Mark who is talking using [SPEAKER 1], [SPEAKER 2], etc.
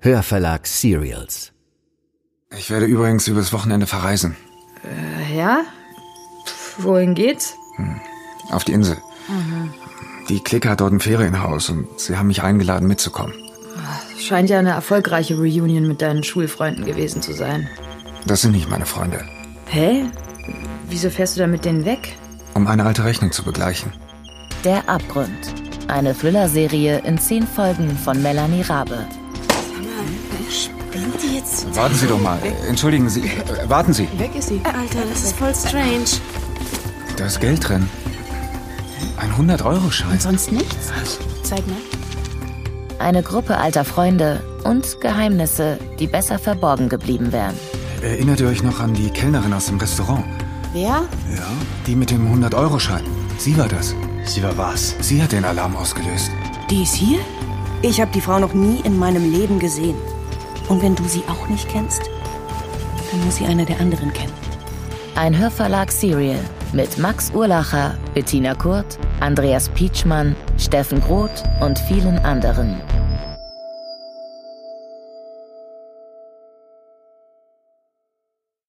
[SPEAKER 1] Hörverlag Serials.
[SPEAKER 2] Ich werde übrigens übers Wochenende verreisen.
[SPEAKER 3] Äh, ja? Pff, Wohin geht's?
[SPEAKER 2] Auf die Insel.
[SPEAKER 4] Mhm.
[SPEAKER 2] Die Clique hat dort ein Ferienhaus und sie haben mich eingeladen mitzukommen.
[SPEAKER 3] Scheint ja eine erfolgreiche Reunion mit deinen Schulfreunden gewesen zu sein.
[SPEAKER 2] Das sind nicht meine Freunde.
[SPEAKER 3] Hä? Wieso fährst du dann mit denen weg?
[SPEAKER 2] Um eine alte Rechnung zu begleichen.
[SPEAKER 5] Der Abgrund. Eine Thriller-Serie in zehn Folgen von Melanie Rabe.
[SPEAKER 4] Spinnt die jetzt?
[SPEAKER 2] Warten Sie doch mal. Entschuldigen Sie. äh, Warten Sie.
[SPEAKER 4] Alter, das ist voll strange.
[SPEAKER 2] Da ist Geld drin. Ein 100-Euro-Schein.
[SPEAKER 4] Sonst nichts? Zeig mal.
[SPEAKER 5] Eine Gruppe alter Freunde und Geheimnisse, die besser verborgen geblieben wären.
[SPEAKER 2] Erinnert ihr euch noch an die Kellnerin aus dem Restaurant?
[SPEAKER 4] Wer?
[SPEAKER 2] Ja. Die mit dem 100-Euro-Schein. Sie war das.
[SPEAKER 6] Sie war was?
[SPEAKER 2] Sie hat den Alarm ausgelöst.
[SPEAKER 7] Die ist hier? Ich habe die Frau noch nie in meinem Leben gesehen. Und wenn du sie auch nicht kennst, dann muss sie einer der anderen kennen.
[SPEAKER 5] Ein Hörverlag Serial mit Max Urlacher, Bettina Kurt, Andreas Pietschmann, Steffen Groth und vielen anderen.